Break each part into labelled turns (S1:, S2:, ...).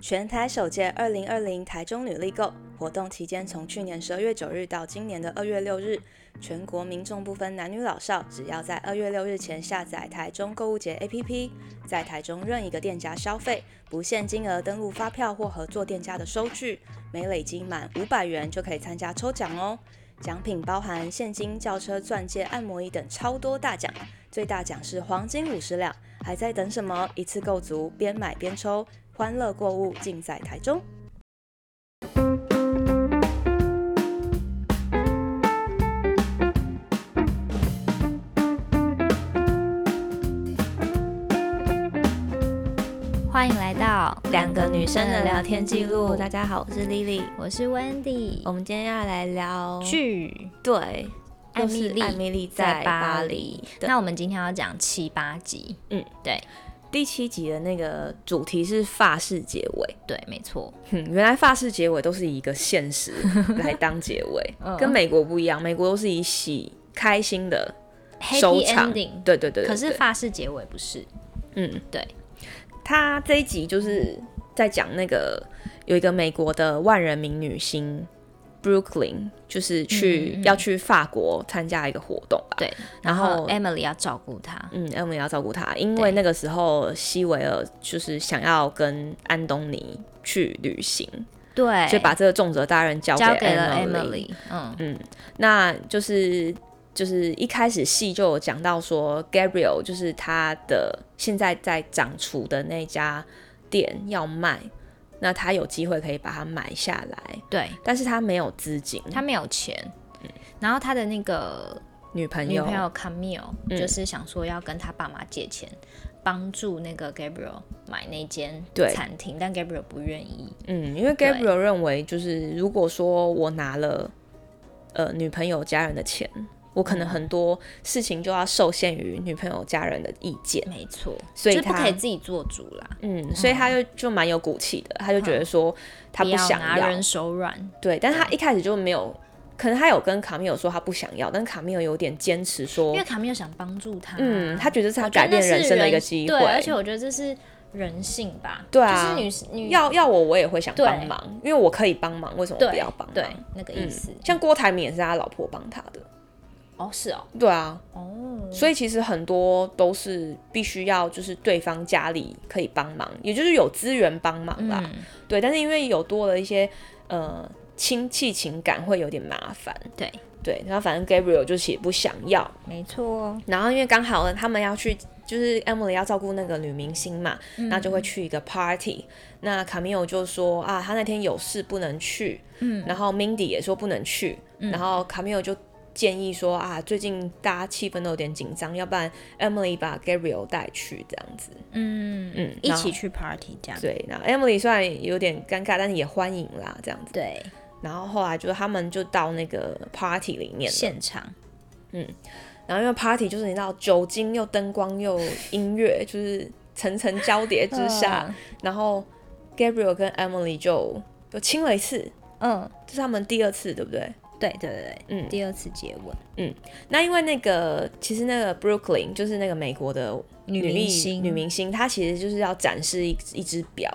S1: 全台首届二零二零台中女力购活动期间，从去年十二月九日到今年的二月六日，全国民众不分男女老少，只要在二月六日前下载台中购物节 APP，在台中任一个店家消费，不限金额登录发票或合作店家的收据，每累积满五百元就可以参加抽奖哦。奖品包含现金、轿车、钻戒、按摩椅等超多大奖，最大奖是黄金五十两，还在等什么？一次购足，边买边抽，欢乐购物尽在台中。
S2: 欢迎来到
S1: 两个女生的聊天记录，大
S2: 大
S1: 家好，我是 Lily，
S2: 我是 Wendy。
S1: 我们今天要来聊
S2: 剧
S1: 对
S2: 艾米
S1: 就是
S2: 丽
S1: 艾米丽在
S2: 在
S1: 巴
S2: 巴
S1: 黎
S2: 黎。
S1: 那
S2: 那我们今天要讲七八集，
S1: 嗯，
S2: 对
S1: 第七集的那个主题是发式结尾，
S2: 对，没错，
S1: 嗯，原来发式结尾都是以一个现实来当结 尾，跟美国不一样，美国都是以喜开心的收
S2: Happy
S1: 场
S2: ending。
S1: 对对对对
S2: 可是
S1: 对
S2: 发式结尾不是，
S1: 嗯，
S2: 对，
S1: 他这一集就是在讲那个有一个美国的万人迷女星 Brooklyn，就是去、
S2: 嗯嗯
S1: 要去法国参加一个活动吧。
S2: 对，
S1: 然
S2: 然
S1: 后
S2: 后 Emily 要照顾他，
S1: 嗯，我们也要照顾她，因
S2: 对
S1: 为那个时候西维尔就是想要跟安东尼去旅行，
S2: 对，
S1: 所以把这个重责大任交给
S2: 哎交给了
S1: Emily。
S2: Emily，嗯，
S1: 那就是就是一开始戏就有讲到说，Gabriel 就是他的现在在掌厨的那家店要卖，那他有机会可以把它买下来，
S2: 对，
S1: 但是他没有资金，
S2: 他没有钱，
S1: 嗯
S2: 然后他的那个
S1: 女朋
S2: 女
S1: 友嗯
S2: 朋友 Camille 就是想说要跟他爸妈借钱，帮助那个 Gabriel 买那间
S1: 对
S2: 餐厅，但 Gabriel 不愿意。
S1: 嗯，因为
S2: 对
S1: Gabriel 认为就是如果说我拿了呃女朋友家人的钱。我可能
S2: 嗯
S1: 很多事情就要受限于女朋友家人的意见，
S2: 没错，
S1: 所以
S2: 就是不
S1: 他
S2: 可以自己做主啦，
S1: 嗯，所以他就就蛮有骨气的，他就觉得说他
S2: 不
S1: 不
S2: 要
S1: 想
S2: 拿人手软。
S1: 对，但是
S2: 嗯
S1: 他一开始就没有，可能他有跟卡米尔说他不想要，但卡米尔有点坚持说
S2: 因为，卡米尔想帮助他，
S1: 嗯，他觉得这是他
S2: 我觉
S1: 改
S2: 得
S1: 变
S2: 那是
S1: 人生的一个
S2: 人
S1: 机
S2: 对，而且
S1: 会。
S2: 我觉得这是人性吧，
S1: 对啊
S2: 就是女女
S1: 要要我，我也会想
S2: 对
S1: 帮忙，因为我可以帮忙，为什么
S2: 对
S1: 不要帮忙？
S2: 对那个意
S1: 嗯
S2: 思，，
S1: 像郭台铭也是他老婆帮他的，
S2: 哦是哦
S1: 对啊，
S2: 哦，
S1: 所以其实很多都是必须要就是对方家里可以帮忙，也就是有资源帮忙啦，
S2: 嗯，
S1: 对。但是因为有多了一些呃亲戚情感，会有点麻烦，
S2: 对，
S1: 对。然后反正 Gabriel 就是也不想要，
S2: 没错，
S1: 然后因为刚好呢，他们要去，就是 Emily 要照顾那个女明星嘛，那就会去一个 party。那卡米 o 就说啊，他那天有事不能去，嗯，然后 Mindy 也说不能去，然后卡米 o 就建议说啊，最近大家气氛都有点紧张，要不然 Emily 把 Gabriel 带去这样子，
S2: 嗯
S1: 嗯
S2: 一
S1: 然后
S2: 起去 party 这样，
S1: 对。然后 Emily 虽然有点尴尬，但是也欢迎啦这样子。
S2: 对，
S1: 然后后来就是他们就到那个 party 里面了，
S2: 现场
S1: 然后因为 party 就是你知道酒精又灯光又音乐，就是层层交叠之下，
S2: 嗯
S1: 然后 Gabriel 跟 Emily 就就亲了一次，
S2: 嗯，
S1: 这是他们第二次，对不对？
S2: 对对对，
S1: 嗯
S2: 对，第二次接吻，
S1: 那因为那个其实那个 Brooklyn 就是那个美国的
S2: 女
S1: 艺
S2: 明星，
S1: 女明星，她其实就是要展示一一只表，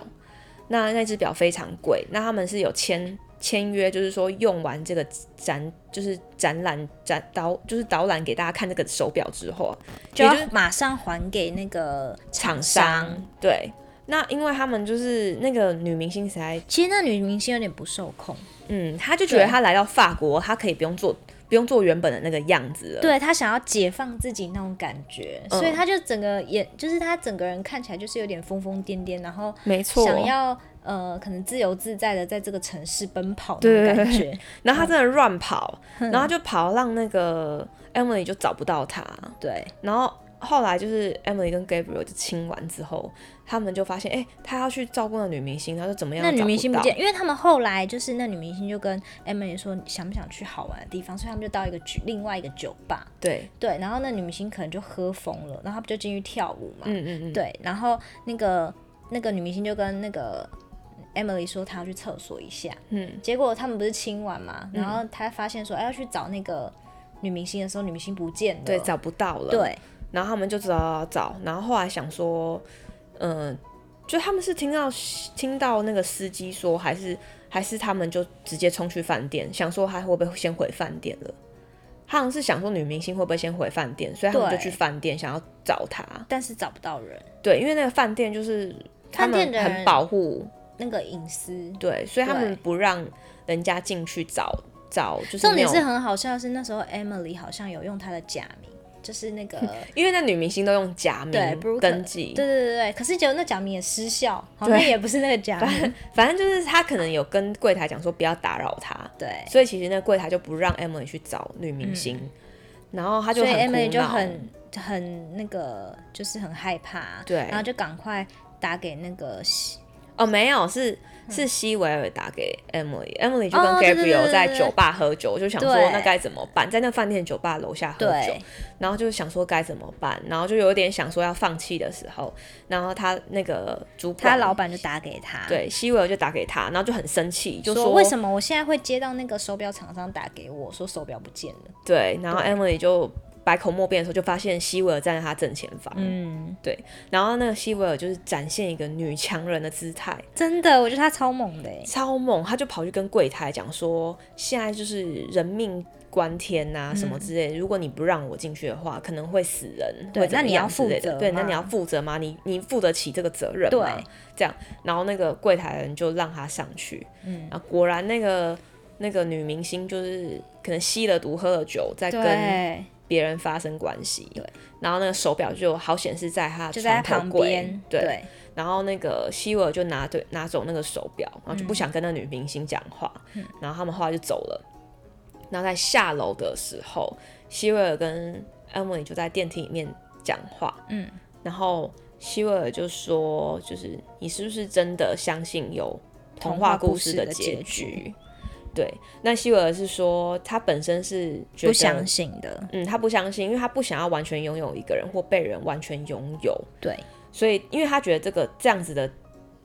S1: 那那只表非常贵，那他们是有签签约，就是说用完这个展就是展览展导就是导览给大家看这个手表之后啊，
S2: 就
S1: 也
S2: 要马上还给那个
S1: 厂
S2: 商。
S1: 对，那因为他们就是那个女明星实在，
S2: 其实那女明星有点不受控，
S1: 嗯，她就觉得
S2: 对
S1: 她来到法国，她可以不用做不用做原本的那个样子了。，
S2: 对她想要解放自己那种感觉，
S1: 嗯
S2: 所以她就整个也就是她整个人看起来就是有点疯疯癫癫，然后
S1: 没错。
S2: 想要呃可能自由自在的在这个城市奔跑
S1: 对
S2: 那
S1: 对
S2: 种感觉，
S1: 然后她真的乱跑，然后她就跑让那个 Emily 就找不到她。
S2: 对
S1: 然后后来就是 Emily 跟 Gabriel 就亲完之后，他们就发现，哎、她要去照顾那女明星，她说怎么样？
S2: 那女明星不见，。因为他们后来就是那女明星就跟 Emily 说想不想去好玩的地方，所以他们就到一个酒另外一个酒吧，
S1: 对，
S2: 对，然后那女明星可能就喝疯了，然后她不就进去跳舞嘛，
S1: 嗯嗯嗯，
S2: 对，然后那个那个女明星就跟那个 Emily 说她要去厕所一下，
S1: 嗯，
S2: 结果他们不是亲完嘛，然后她发现说、哎要去找那个女明星的时候，女明星不见了，
S1: 对，找不到了。
S2: 对
S1: 然后他们就找找找，然后后来想说，嗯、就他们是听到听到那个司机说，还是还是他们就直接冲去饭店，想说他会不会先回饭店了？他好像是想说女明星会不会先回饭店，所以他们就
S2: 对
S1: 去饭店想要找他。
S2: 但是找不到人，
S1: 对，因为那个饭店就是他
S2: 饭店
S1: 们
S2: 的
S1: 很
S2: 人
S1: 保护，
S2: 那个隐私。
S1: 对，所以他
S2: 对
S1: 们不让人家进去找找，就是
S2: 重
S1: 没
S2: 点
S1: 有
S2: 是很好笑的是，那时候 Emily 好像有用她的假名，就是 那个
S1: 因为那女明星都用假
S2: 对
S1: 名
S2: Brooke-
S1: 登记，
S2: 对对对对，可是结果那假名也失效，好像也不是那个假名，
S1: 反正就是她可能有跟柜台讲说不要打扰她，
S2: 对，
S1: 所以其实那柜台就不让 Emily 去找女明星，然后她就
S2: 嗯所以
S1: 很
S2: Emily
S1: 苦
S2: 就
S1: 恼
S2: 很很那个，就是很害怕，
S1: 对
S2: 然后就赶快打给那个西
S1: 哦没有是。是西维尔打给 Emily，Emily 就跟
S2: 嗯哦对对对
S1: Gabriel
S2: 对
S1: 在
S2: 对
S1: 酒吧喝酒，就想说
S2: 对
S1: 那该怎么办，在那饭店酒吧楼下喝酒
S2: 对，，
S1: 然后就想说该怎么办，然后就有点想说要放弃的时候，然后他那个主管，
S2: 他老板就打给他，，
S1: 对西维尔就打给他，然后就很生气，就
S2: 说为什
S1: 么
S2: 么我现在会接到那个手表厂商打给我说手表不见了，
S1: 对，然后
S2: 对
S1: Emily 就百口莫辩的时候，就发现西维尔站在他正前方，
S2: 嗯，
S1: 然后那个西维尔就是展现一个女强人的姿态，
S2: 真的，我觉得他超猛的欸，
S1: 超猛，他就跑去跟柜台讲说，现在就是人命。关天呐、什么
S2: 嗯
S1: 之类的如果你不让我进去的话，可能会死人，
S2: 对
S1: 会怎么
S2: 那你
S1: 样
S2: 要
S1: 之类的
S2: 负责
S1: 对，那
S2: 嘛
S1: 你要负责吗？你你负得起这个责任
S2: 对
S1: 吗？然后那个柜台人就让他上去，
S2: 嗯，
S1: 然后果然那个那个女明星就是可能吸了毒、喝了酒，在跟
S2: 对，
S1: 别人发生关系，
S2: 对，
S1: 然后那个手表就好显示在他
S2: 就在
S1: 床
S2: 他
S1: 头
S2: 旁
S1: 柜
S2: 边，
S1: 对，
S2: 对，
S1: 然后那个希尔就拿对拿走那个手表，然后就不想跟那女明星讲话，
S2: 嗯
S1: 然后他们后来就走了。然后在下楼的时候，希尔跟 Emily 就在电梯里面讲话，
S2: 嗯，
S1: 然后希尔就说，就是你是不是真的相信有童话故事的结
S2: 童话故事的结
S1: 局？对，那希尔是说他本身是觉得
S2: 不相信的，
S1: 嗯，他不相信，因为他不想要完全拥有一个人或被人完全拥有，
S2: 对，
S1: 所以，因为他觉得这个这样子的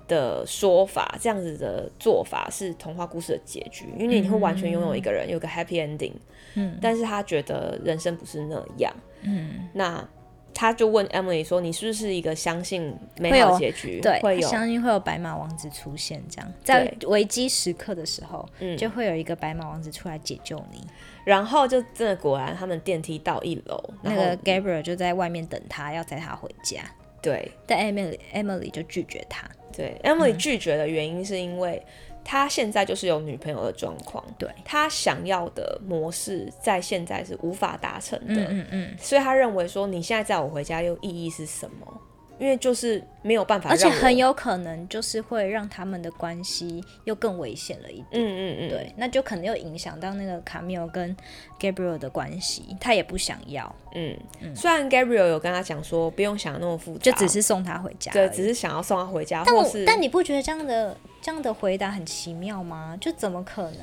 S1: 的说法，这样子的做法是童话故事的结局，因为你会完全拥有一个人，有个 happy ending。
S2: 嗯，
S1: 但是他觉得人生不是那样。
S2: 嗯，
S1: 那他就问 Emily 说：“你是不是一个相信
S2: 会
S1: 美好
S2: 有
S1: 结局？
S2: 对，
S1: 会
S2: 他
S1: 有
S2: 相信会有白马王子出现，这样在危机时刻的时候，
S1: 嗯
S2: 就会有一个白马王子出来解救你。
S1: 然后就真的果然，他们电梯到一楼，
S2: 那
S1: 然后嗯
S2: 个 Gabriel 就在外面等他，要载他回家，
S1: 对
S2: 但 Emily Emily 就拒绝他。
S1: 对，Emily
S2: 嗯
S1: 拒绝的原因是因为他现在就是有女朋友的状况，
S2: 对
S1: 他想要的模式在现在是无法达成的。
S2: 嗯嗯嗯，
S1: 所以他认为说你现在载我回家又意义是什么？因为就是没有办法
S2: 而且
S1: 让我，
S2: 很有可能就是会让他们的关系又更危险了一点。
S1: 嗯嗯嗯，
S2: 对，那就可能又影响到那个卡米尔跟 Gabriel 的关系，他也不想要，
S1: 嗯虽然 Gabriel 有跟他讲说不用想那么复杂，
S2: 就只是送他回家而
S1: 对，
S2: 已。
S1: 只是想要送他回家，
S2: 但
S1: 或
S2: 我
S1: 是
S2: 但你不觉得这样的这样的回答很奇妙吗？就怎么可能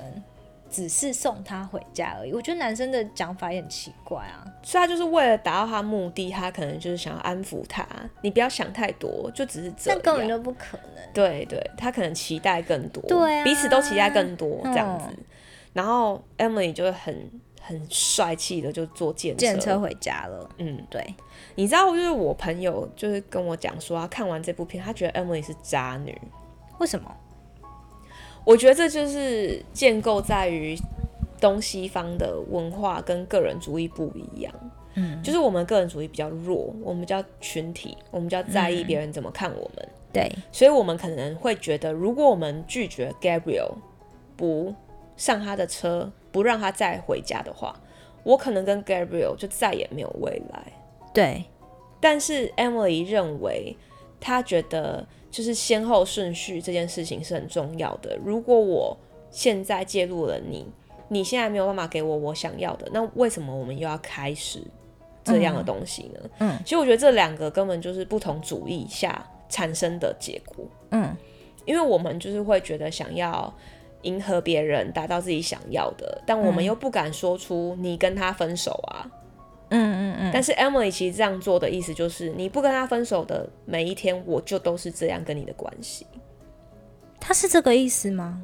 S2: 只是送他回家而已？我觉得男生的讲法也很奇怪啊。
S1: 所以他就是为了达到他目的，他可能就是想要安抚他，你不要想太多，就只是这
S2: 那
S1: 样，
S2: 根本就不可能。
S1: 对对，他可能期待更多，
S2: 对啊
S1: 彼此都期待更多
S2: 嗯
S1: 这样子。然后 Emily 就是很很帅气的就坐电
S2: 见车回家了，
S1: 嗯，
S2: 对，
S1: 你知道，就是我朋友就是跟我讲说，他看完这部片，他觉得 Emily 是渣女。
S2: 为什么？
S1: 我觉得这就是建构在于东西方的文化跟个人主义不一样。
S2: 嗯，
S1: 就是我们个人主义比较弱，我们比较群体，我们比较在
S2: 嗯
S1: 意别人怎么看我们，
S2: 对，
S1: 所以我们可能会觉得，如果我们拒绝 Gabriel 不上他的车，不让他再回家的话，我可能跟 Gabriel 就再也没有未来。
S2: 对，
S1: 但是 Emily 认为，她觉得就是先后顺序这件事情是很重要的。如果我现在介入了你，你现在没有办法给我我想要的，那为什么我们又要开始这样的东西呢？
S2: 嗯
S1: 其实我觉得这两个根本就是不同主义下产生的结果，
S2: 嗯，
S1: 因为我们就是会觉得想要。迎合别人，达到自己想要的，但我们
S2: 嗯
S1: 又不敢说出你跟他分手啊，
S2: 嗯嗯嗯，
S1: 但是 Emily 其实这样做的意思就是，你不跟他分手的每一天，我就都是这样跟你的关系。
S2: 他是这个意思吗？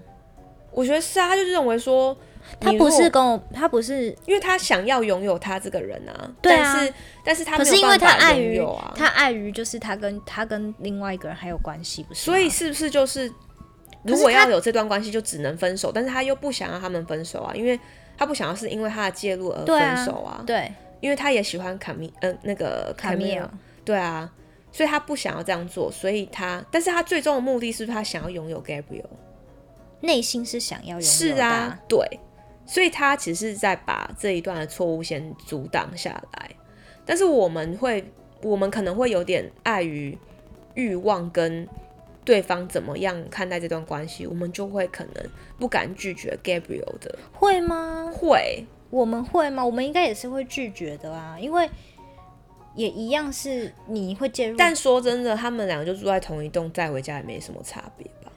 S1: 我觉得是啊，他就认为说，
S2: 他
S1: 你
S2: 不
S1: 如
S2: 是
S1: 果
S2: 跟我，他不是，
S1: 因为他想要拥有他这个人啊，
S2: 对啊
S1: 但是但是他
S2: 可
S1: 没
S2: 是
S1: 有
S2: 因为
S1: 办
S2: 他
S1: 法
S2: 碍
S1: 拥
S2: 于、
S1: 有啊，
S2: 他碍于就是他跟他跟另外一个人还有关系，不是吗？
S1: 所以是不是就是
S2: 是
S1: 如果
S2: 他
S1: 要有这段关系就只能分手，但是他又不想要他们分手啊，因为他不想要是因为他的介入而
S2: 对啊
S1: 分手啊，
S2: 对
S1: 因为他也喜欢卡米，嗯，那个
S2: 卡米尔
S1: Camille，对啊，所以他不想要这样做，所以他，但是他最终的目的是不是他想要拥有 Gabriel？
S2: 内心是想要拥有的
S1: 是啊，，对，所以他只是在把这一段的错误先阻挡下来，但是我们会，我们可能会有点碍于欲望跟对方怎么样看待这段关系，我们就会可能不敢拒绝 Gabriel 的，
S2: 会吗？
S1: 会，
S2: 我们会吗？我们应该也是会拒绝的啊，因为也一样是你会介入，
S1: 但说真的，他们两个就住在同一栋，再回家也没什么差别吧。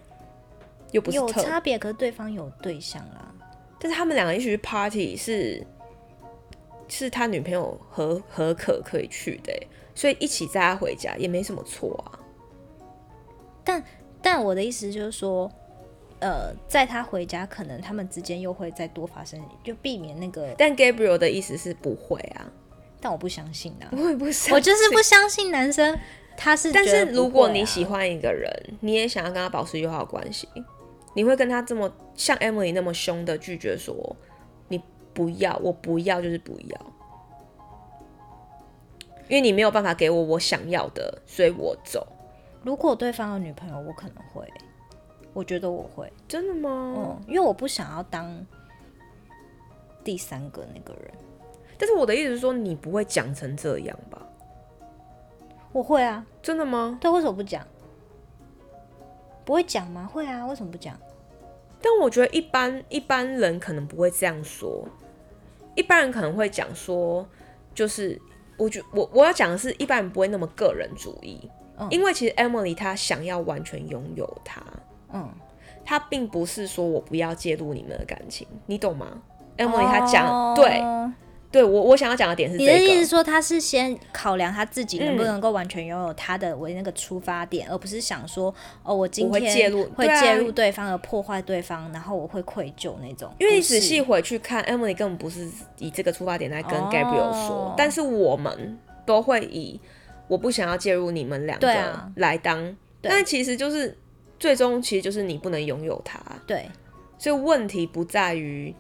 S1: 又不是
S2: 有
S1: 特
S2: 差别，可是对方有对象啊啦。
S1: 但是他们两个一起去 party 是是他女朋友和和可可以去的欸，所以一起载他回家也没什么错啊。
S2: 但我的意思就是说，呃，在他回家，可能他们之间又会再多发生，就避免那个。
S1: 但 Gabriel 的意思是不会啊，
S2: 但我不相信啊，
S1: 我也不相信
S2: 我就是不。相信男生他是、
S1: 但是如果
S2: 啊
S1: 你喜，欢一个人，你也想要跟他保持友好的关系，你会跟他这么像 Emily 那么凶的拒绝说你不要，我不要就是不要，因为你没有办法给我我想要的，所以我走。
S2: 如果对方有女朋友，我可能会，我觉得我会，
S1: 真的吗？
S2: 嗯，因为我不想要当第三个那个人。
S1: 但是我的意思是说，你不会讲成这样吧？
S2: 我会啊，
S1: 真的吗？
S2: 对，为什么不讲？不会讲吗？会啊，为什么不讲？
S1: 但我觉得一般一般人可能不会这样说，一般人可能会讲说，就是我觉我我要讲的是，一般人不会那么个人主义，
S2: 嗯
S1: 因为其实 Emily 她想要完全拥有他，
S2: 嗯，
S1: 她并不是说我不要介入你们的感情，你懂吗？Emily 她讲、对
S2: 哦
S1: 对，我我想要讲的点是这
S2: 你
S1: 个，
S2: 的意思是说，他是先考量他自己能不
S1: 嗯
S2: 能够完全拥有他的为那个出发点，而不是想说哦，我今
S1: 我会
S2: 天
S1: 介入
S2: 会
S1: 对啊
S2: 介入对方而破坏对方，然后我会愧疚那种。
S1: 因为你
S2: 不是
S1: 仔细回去看，Emily 根本不是以这个出发点来跟
S2: 哦
S1: Gabriel 说，但是我们都会以我不想要介入你们两
S2: 对
S1: 个
S2: 啊
S1: 来当，
S2: 对
S1: 但其实就是最终其实就是你不能拥有他，
S2: 对
S1: 所以问题不在于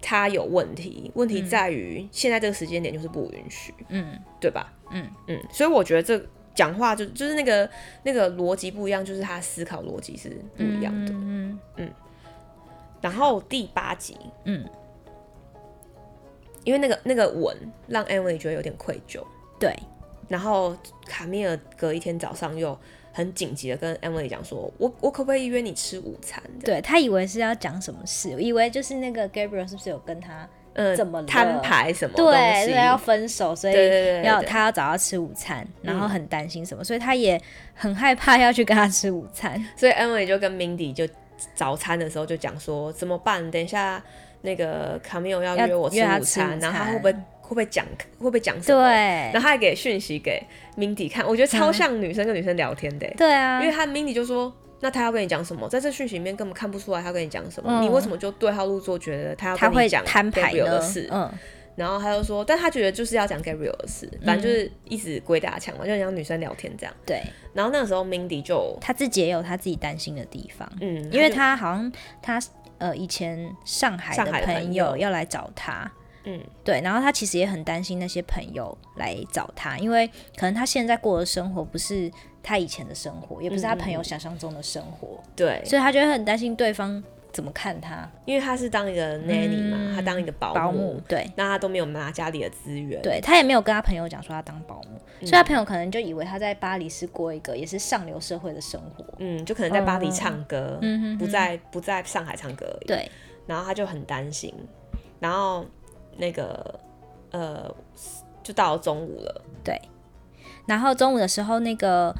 S1: 他有问题，问题在于现在这个时间点就是不允许，
S2: 嗯
S1: 对吧？
S2: 嗯
S1: 嗯，所以我觉得这讲话就就是那个那个逻辑不一样，就是他思考逻辑是不一样的。
S2: 嗯
S1: 然后第八集，
S2: 嗯，
S1: 因为那个那个吻让 Emily 觉得有点愧疚，
S2: 对，
S1: 然后卡米尔隔一天早上又很紧急的跟 Emily 讲说，我我可不可以约你吃午餐？这样，
S2: 对他以为是要讲什么事，以为就是那个 Gabriel 是不是有跟他
S1: 嗯
S2: 怎么了
S1: 摊牌什么
S2: 对
S1: 东西？
S2: 对要分手，所以
S1: 对对对对
S2: 要
S1: 对嗯
S2: 他要找他吃午餐，然后很担心什么，所以他也很害怕要去跟他吃午餐。
S1: 所以 Emily 就跟 Mindy 就早餐的时候就讲说，怎么办？等一下那个卡米尔要
S2: 要
S1: 约我吃
S2: 约他
S1: 午
S2: 吃午
S1: 餐，然后他
S2: 餐
S1: 会不会会不会讲会不会讲什么？
S2: 对
S1: 然后他还给讯息给 Mindy 看，我觉得超像女生跟女生聊天的、
S2: 嗯
S1: 欸
S2: 对啊，
S1: 因为他 Mindy 就说，那他要跟你讲什么？在这讯息里面根本看不出来他跟你讲什么，
S2: 嗯
S1: 你为什么就对号入座，觉得他
S2: 他
S1: 要跟
S2: 会
S1: 你讲
S2: 摊牌
S1: Gabriel
S2: 呢
S1: 的事？，
S2: 嗯，
S1: 然后他就说，但他觉得就是要讲 Gabriel 的事，反正
S2: 嗯
S1: 就是一直鬼打墙嘛，就很像女生聊天这样。
S2: 对
S1: 然后那个时候 Mindy 就，
S2: 他自己也有他自己担心的地方，
S1: 嗯，
S2: 因为
S1: 就
S2: 他好像他呃以前上海
S1: 上
S2: 的
S1: 海的朋
S2: 朋友
S1: 友
S2: 要来找他，
S1: 嗯
S2: 对，然后他其实也很担心那些朋友来找他，因为可能他现在过的生活不是他以前的生活，也不是他朋友想象中的生活，
S1: 对，
S2: 所以他就会很担心对方怎么看他
S1: 因为他是当一个 nanny 嘛，他当一个保
S2: 嗯保
S1: 姆
S2: 姆，，对。
S1: 那他都没有拿家里的资源，
S2: 对他也没有跟他朋友讲说他当保姆，
S1: 嗯
S2: 所以他朋友可能就以为他在巴黎是过一个也是上流社会的生活。
S1: 嗯，就可能在巴黎唱歌，
S2: 嗯哼哼
S1: 不在不在上海唱歌而已。
S2: 对，
S1: 然后他就很担心，然后那个呃，就到了中午了，
S2: 然后中午的时候，那个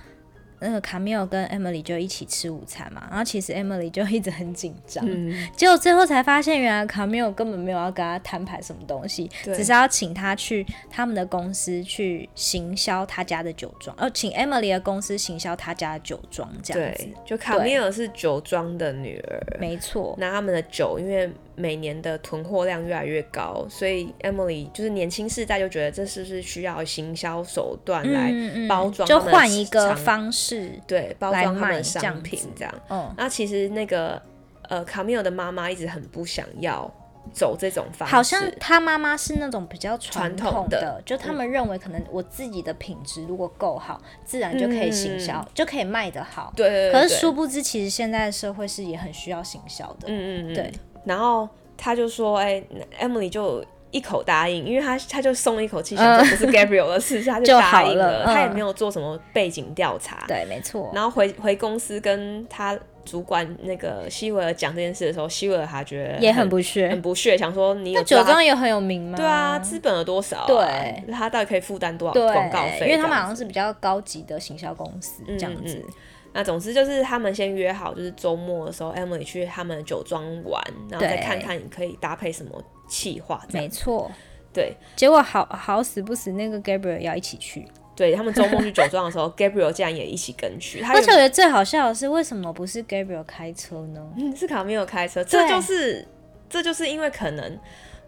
S2: 那个卡米尔跟 Emily 就一起吃午餐嘛，然后其实 Emily 就一直很紧张，
S1: 嗯，
S2: 结果最后才发现，原来卡米尔根本没有要跟他摊牌什么东西，
S1: 对
S2: 只是要请他去他们的公司去行销他家的酒庄，哦，请 Emily 的公司行销他家的酒庄这样子
S1: 对，，就卡米尔是酒庄的女儿，
S2: 没错，
S1: 那他们的酒因为每年的囤货量越来越高，所以 Emily 就是年轻世代就觉得这是不是需要行销手段来
S2: 嗯嗯
S1: 包装
S2: 就
S1: 他们的
S2: 换一个
S1: 厂
S2: 方式，
S1: 对包
S2: 来
S1: 装他们
S2: 卖
S1: 的
S2: 这样
S1: 商品
S2: 子
S1: 这样。
S2: 嗯，
S1: 那其实那个呃卡米尔的妈妈一直很不想要走这种方式，
S2: 好像他妈妈是那种比较传
S1: 传
S2: 统
S1: 统的
S2: 就他们认为可能我自己的品质如果够好，自然就可以行销，就可以卖得好。
S1: 对嗯对对
S2: 可
S1: 对
S2: 是殊不知，其实现在的社会是也很需要行销的。
S1: 嗯嗯嗯
S2: 对。
S1: 然后他就说：“哎、e m i l y 就一口答应，因为他他就松了一口气，想这不是 Gabriel 的 事，他
S2: 嗯就
S1: 答
S2: 好
S1: 应
S2: 了嗯
S1: 他也没有做什么背景调查。
S2: 对，没错。
S1: 然后回回公司跟他主管那个希维尔讲这件事的时候，希维尔还觉得
S2: 也很不屑
S1: 很不屑，想说你有
S2: 那酒
S1: 知道
S2: 庄也很有名吗？
S1: 对啊，资本有多少、啊？
S2: 对，
S1: 他到底可以负担多少
S2: 对，
S1: 广告费这样子？
S2: 因为他们好像是比较高级的行销公司这样子。
S1: 嗯那总之就是他们先约好，就是周末的时候，Emily 去他们的酒庄玩，然后再
S2: 对
S1: 看看你可以搭配什么企划这样。
S2: 没错。
S1: 嗯对
S2: 结果好好死不死，那个 Gabriel 要一起去，
S1: 对，他们周末去酒庄的 时候，Gabriel 竟然也一起跟去，他
S2: 而且我
S1: 有
S2: 觉得最好笑的是，为什么不是 Gabriel 开车呢？
S1: 嗯是卡米尔开车，
S2: 对
S1: 这就是这就是因为可能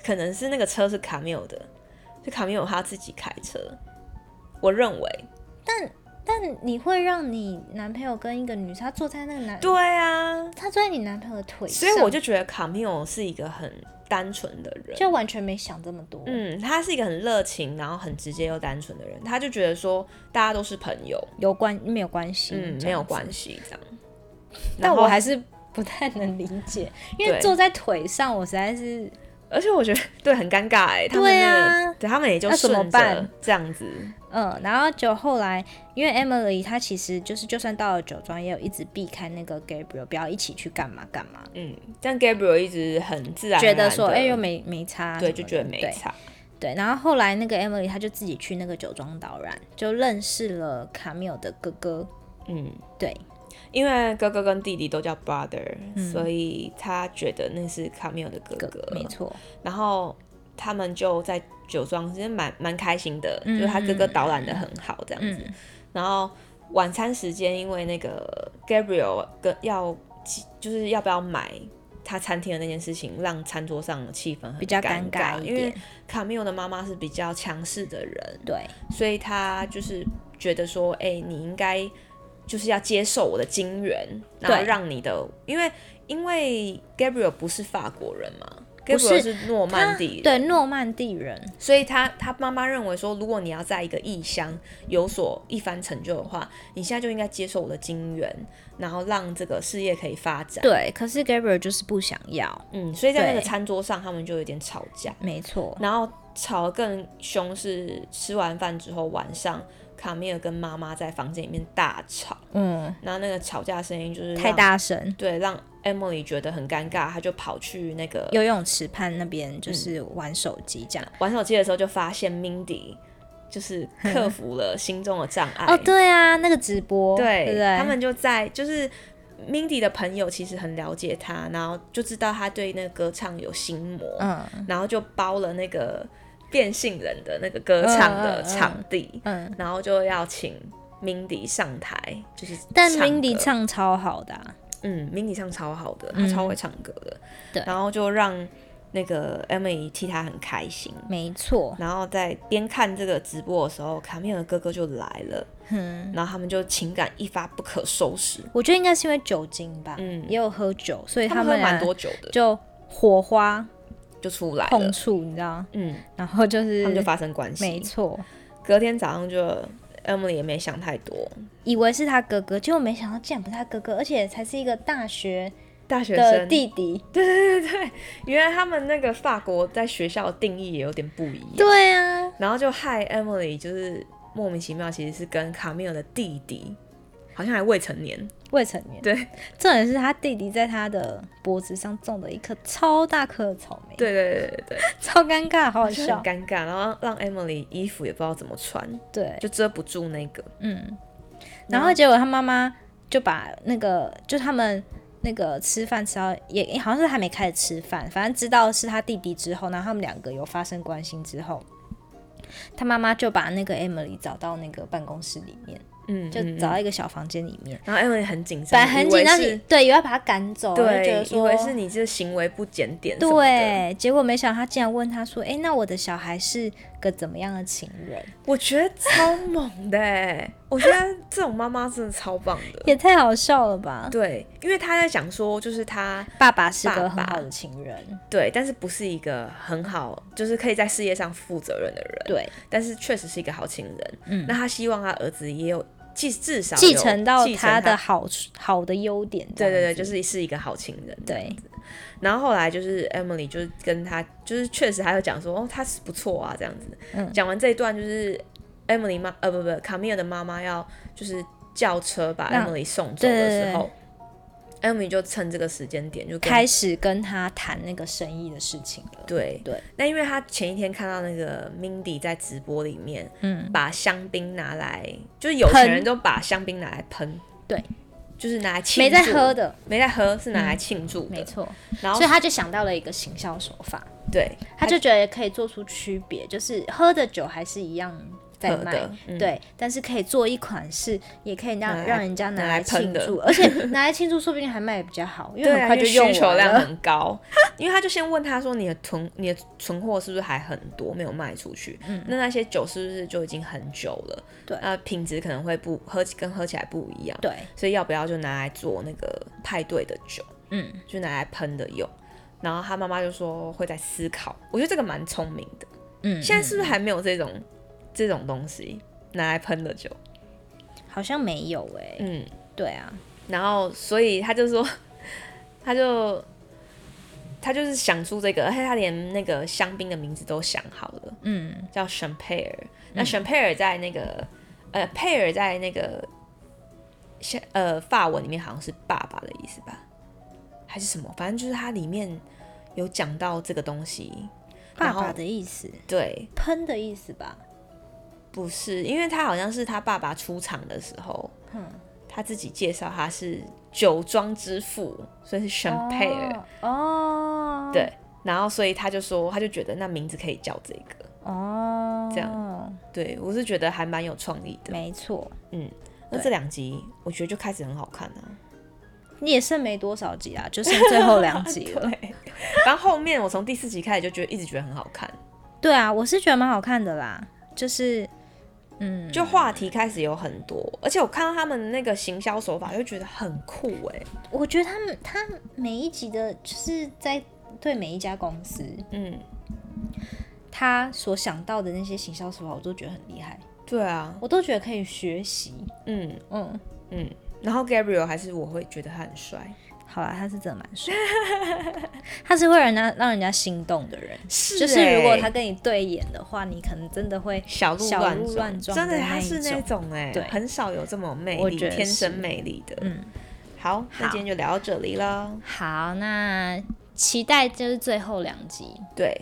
S1: 可能是那个车是卡米尔的，是卡米尔他自己开车，我认为。
S2: 但你会让你男朋友跟一个女生，他坐在那个男，
S1: 对啊，
S2: 他坐在你男朋友的腿
S1: 所
S2: 上，
S1: 以我就觉得卡米尔是一个很单纯的人，
S2: 就完全没想这么多。
S1: 嗯，他是一个很热情，然后很直接又单纯的人，他就觉得说大家都是朋友，
S2: 有关没有关系，
S1: 嗯，没有关。系这样。
S2: 但
S1: 然后
S2: 我还是不太能理 解，因为
S1: 对
S2: 坐在腿上，我实在是
S1: 而且我觉得对很尴尬哎、他们
S2: 对
S1: 那个、
S2: 啊
S1: 对他们也就
S2: 那怎么
S1: 顺
S2: 办
S1: 着这样子，
S2: 嗯，然后就后来，因为 Emily 她其实就是就算到了酒庄，也有一直避开那个 Gabriel，不要一起去干嘛干嘛，
S1: 嗯，但 Gabriel 一直很自然而
S2: 觉
S1: 然
S2: 得说
S1: 地
S2: 哎又没没差什么的，
S1: 对，就觉得没
S2: 对
S1: 差，
S2: 对，然后后来那个 Emily 她就自己去那个酒庄导览，就认识了卡米尔的哥哥，
S1: 嗯。
S2: 对，
S1: 因为哥哥跟弟弟都叫 brother，、所以他觉得那是卡米尔的哥
S2: 嗯哥
S1: 哥，
S2: 没错，
S1: 然后他们就在酒庄，其实蛮蛮开心的，
S2: 嗯
S1: 就是他哥哥导览的很好这样子。然后晚餐时间，因为那个 Gabriel 跟要就是要不要买他餐厅的那件事情，让餐桌上的气氛很
S2: 比较
S1: 尴
S2: 尴尬一
S1: 因为
S2: 点
S1: 卡米尔的妈妈是比较强势的人，
S2: 对，
S1: 所以他就是觉得说，哎、你应该就是要接受我的金元，然后
S2: 对
S1: 让你的，因为因为 Gabriel 不是法国人嘛
S2: 不是
S1: ，Gabriel 是诺曼
S2: 他
S1: 底
S2: 对
S1: 人，
S2: 诺曼底人，
S1: 所以他他妈妈认为说，如果你要在一个异乡有所一番成就的话，你现在就应该接受我的金元，然后让这个事业可以发展。
S2: 对，可是 Gabriel 就是不想要，
S1: 嗯，所以在那个
S2: 对
S1: 餐桌上，他们就有点吵架。
S2: 没错，
S1: 然后吵得更凶是吃完饭之后晚上，卡米尔跟妈妈在房间里面大吵，
S2: 嗯，
S1: 然后那个吵架声音就是
S2: 太
S1: 让，
S2: 大声，
S1: 对，让 Emily 觉得很尴尬，她就跑去那个
S2: 游泳池畔那边就是玩手机这样。
S1: 玩手机的时候就发现 Mindy 就是克 服了心中的障碍。
S2: 哦，对啊，那个直播，
S1: 对
S2: 对不
S1: 他们就在就是 Mindy 的朋友其实很了解他，然后就知道他对那个歌唱有心魔，
S2: 嗯
S1: 然后就包了那个变性人的那个歌唱的
S2: 嗯嗯嗯
S1: 场地，
S2: 嗯，
S1: 然后就要请 Mindy 上台，就是
S2: 但
S1: 唱歌
S2: Mindy 唱超好的啊、
S1: 嗯，Mindy 唱超好的，她
S2: 嗯
S1: 超会唱歌的，
S2: 对
S1: 然后就让那个 Emily 替她很开心。
S2: 没错，
S1: 然后在边看这个直播的时候，卡米尔的哥哥就来了，
S2: 嗯，
S1: 然后他们就情感一发不可收拾。
S2: 我觉得应该是因为酒精吧，
S1: 嗯
S2: 也有喝酒，所以
S1: 他们
S2: 们啊
S1: 喝
S2: 俩
S1: 蛮多酒的，就
S2: 就火花
S1: 出来了
S2: 碰。触，你知道，
S1: 嗯，
S2: 然后就
S1: 他们就是发生关系。
S2: 没错，
S1: 隔天早上就 Emily 也没想太多，
S2: 以为是他哥哥，结果没想到竟然不是他哥哥，而且才是一个大学
S1: 大学
S2: 的
S1: 生
S2: 弟弟。
S1: 原来他们那个法国在学校的定义也有点不一样。
S2: 对啊，
S1: 然后就害 Emily 就是莫名其妙，其实是跟卡米尔的弟弟，好像还未成年，
S2: 未成年。
S1: 对，
S2: 重点是他弟弟在他的脖子上种了一颗超大颗的草莓，，
S1: 对对对对对
S2: 超尴尬，好好
S1: 对，就
S2: 笑
S1: 很。尴尬，然后让 Emily 衣服也不知道怎么穿，
S2: 对，
S1: 就遮不住那个，
S2: 嗯，然后结果他妈妈就把那个，就他们那个吃饭吃到也也好像是还没开始吃饭，反正知道是他弟弟之后，然后他们两个有发生关心之后，他妈妈就把那个 Emily 找到那个办公室里面，
S1: 嗯，
S2: 就
S1: 嗯
S2: 找到一个小房间里面，
S1: 然后 Emily 很紧张，
S2: 本来很紧张
S1: 以为是，
S2: 对，有要把他赶走，就觉
S1: 对
S2: 得，
S1: 以
S2: 说
S1: 为是你这行为不检点，，
S2: 对，结果没想到他竟然问他说：“哎、那我的小孩是个怎么样的情人
S1: 我觉得超猛的欸，我觉得这种妈妈真的超棒？”的，
S2: 也太好笑了吧！
S1: 对，因为她在讲说，就是她
S2: 爸爸是个
S1: 爸
S2: 很
S1: 爸
S2: 好的情人，
S1: 对，但是不是一个很好，就是可以在事业上负责任的人，，
S2: 对，
S1: 但是确实是一个好情人，
S2: 嗯
S1: 那她希望她儿子也有，至至少有
S2: 继承到
S1: 继承
S2: 他的好处好的优点这
S1: 对
S2: 样子。
S1: 对对，就是是一个好情人。
S2: 对，
S1: 然后后来就是 Emily 就是跟他，就是确实还有讲说，哦，他是不错啊，这样子。
S2: 嗯
S1: 讲完这一段，就是 Emily 妈，呃，不不，卡米尔的妈妈要就是叫车把
S2: 那
S1: Emily 送走的
S2: 对对
S1: 时
S2: 对
S1: 候，Emily 就趁这个时间点就跟
S2: 开始跟他谈那个生意的事情了。
S1: 对
S2: 对，
S1: 那因为他前一天看到那个 Mindy 在直播里面
S2: 嗯，
S1: 把香槟拿来，就是有钱人
S2: 喷
S1: 都把香槟拿来喷，
S2: 对，
S1: 就是拿来庆
S2: 没
S1: 祝，
S2: 在喝，的，嗯
S1: 没在喝是拿来庆祝的，
S2: 没错，
S1: 然后
S2: 所以他就想到了一个行销手法，
S1: 对，
S2: 他就觉得可以做出区别，就是喝的酒还是一样在
S1: 喝
S2: 卖
S1: 的，嗯
S2: 对，但是可以做一款是，也可以
S1: 拿
S2: 让
S1: 来
S2: 让人家拿
S1: 拿来
S2: 来庆
S1: 喷的
S2: 祝，而 且拿来庆祝说不定还卖的比较好，因为
S1: 对
S2: 很
S1: 啊，
S2: 快
S1: 因
S2: 就
S1: 为
S2: 用
S1: 需求
S2: 完
S1: 量
S2: 了。
S1: 很高， 因为他就先问他说：“你的囤你的存货是不是还很多没有卖出去？
S2: 嗯
S1: 那那些酒是不是就已经很久了？
S2: 对
S1: 那品质可能会不喝跟喝起来不一样，
S2: 对，
S1: 所以要不要就拿来做那个派对的酒，
S2: 嗯，
S1: 就拿来喷的用？”然后他妈妈就说会在思考，我觉得这个蛮聪明的。
S2: 嗯，
S1: 现在是不是还没有这种这种东西拿来喷的酒？
S2: 好像没有哎、
S1: 嗯，
S2: 对啊，
S1: 然后所以他就说， 他就他就是想出这个，而且他连那个香槟的名字都想好了，
S2: 嗯，
S1: 叫 Champagne。那 Champagne 在那个、呃佩尔在那个香呃法文里面好像是爸爸的意思吧，还是什么？反正就是它里面有讲到这个东西。
S2: 爸
S1: 然后
S2: 爸的意思，
S1: 对，
S2: 喷的意思吧，
S1: 不是，因为他好像是他爸爸出场的时候，
S2: 嗯，
S1: 他自己介绍他是酒庄之父，所以是 Champagne。
S2: 哦，哦，
S1: 对，然后所以他就说，他就觉得那名字可以叫这个。
S2: 哦，
S1: 这样，对我是觉得还蛮有创意的。嗯
S2: 没错，
S1: 那这两集我觉得就开始很好看啊了、
S2: 你也剩没多少集啊，就剩最后两集了。
S1: 对，然后后面我从第四集开始就觉得一直觉得很好看，
S2: 对啊，我是觉得蛮好看的啦，就是，嗯，
S1: 就话题开始有很多，而且我看到他们那个行销手法就觉得很酷哎、
S2: 我觉得他们他每一集的，就是在对每一家公司，
S1: 嗯，
S2: 他所想到的那些行销手法，我都觉得很厉害，
S1: 对啊，
S2: 我都觉得可以学习。
S1: 嗯
S2: 嗯，
S1: 嗯。然后 Gabriel 还是我会觉得他很帅，
S2: 好啦，他是真的蛮帅 的，他是会让人家让人家心动的人。
S1: 是
S2: 就是如果
S1: 欸
S2: 他跟你对眼的话，你可能真的会，
S1: 小鹿
S2: 小
S1: 乱
S2: 鹿乱撞
S1: 真的
S2: 的
S1: 他
S2: 那一
S1: 是那种哎、
S2: 对
S1: 很少有这么有魅
S2: 我
S1: 力、
S2: 觉得
S1: 天生
S2: 是
S1: 魅力的，
S2: 嗯，
S1: 好，那
S2: 好
S1: 今天就聊到这里了。
S2: 好，那期待就是最后两集，
S1: 对，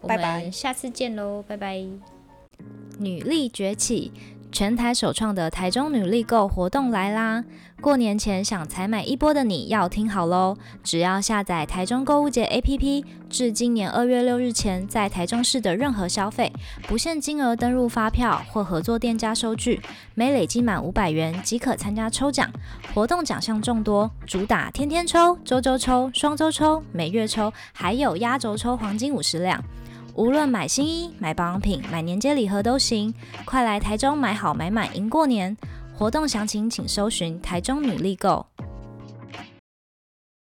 S2: 我
S1: 拜拜
S2: 们下次见喽，拜拜。女力崛起，全台首创的台中女力购活动来啦！过年前想采买一波的你要听好喽，只要下载台中购物节 APP，至今年二月六日前在台中市的任何消费，不限金额登入发票或合作店家收据，每累积满五百元即可参加抽奖。活动奖项众多，主打天天抽、周周抽、双周抽、每月抽，还有压轴抽黄金五十两。无论买新衣、买保养品、买年节礼盒都行，快来台中买好买满赢过年！活动详情请搜寻台中女力购。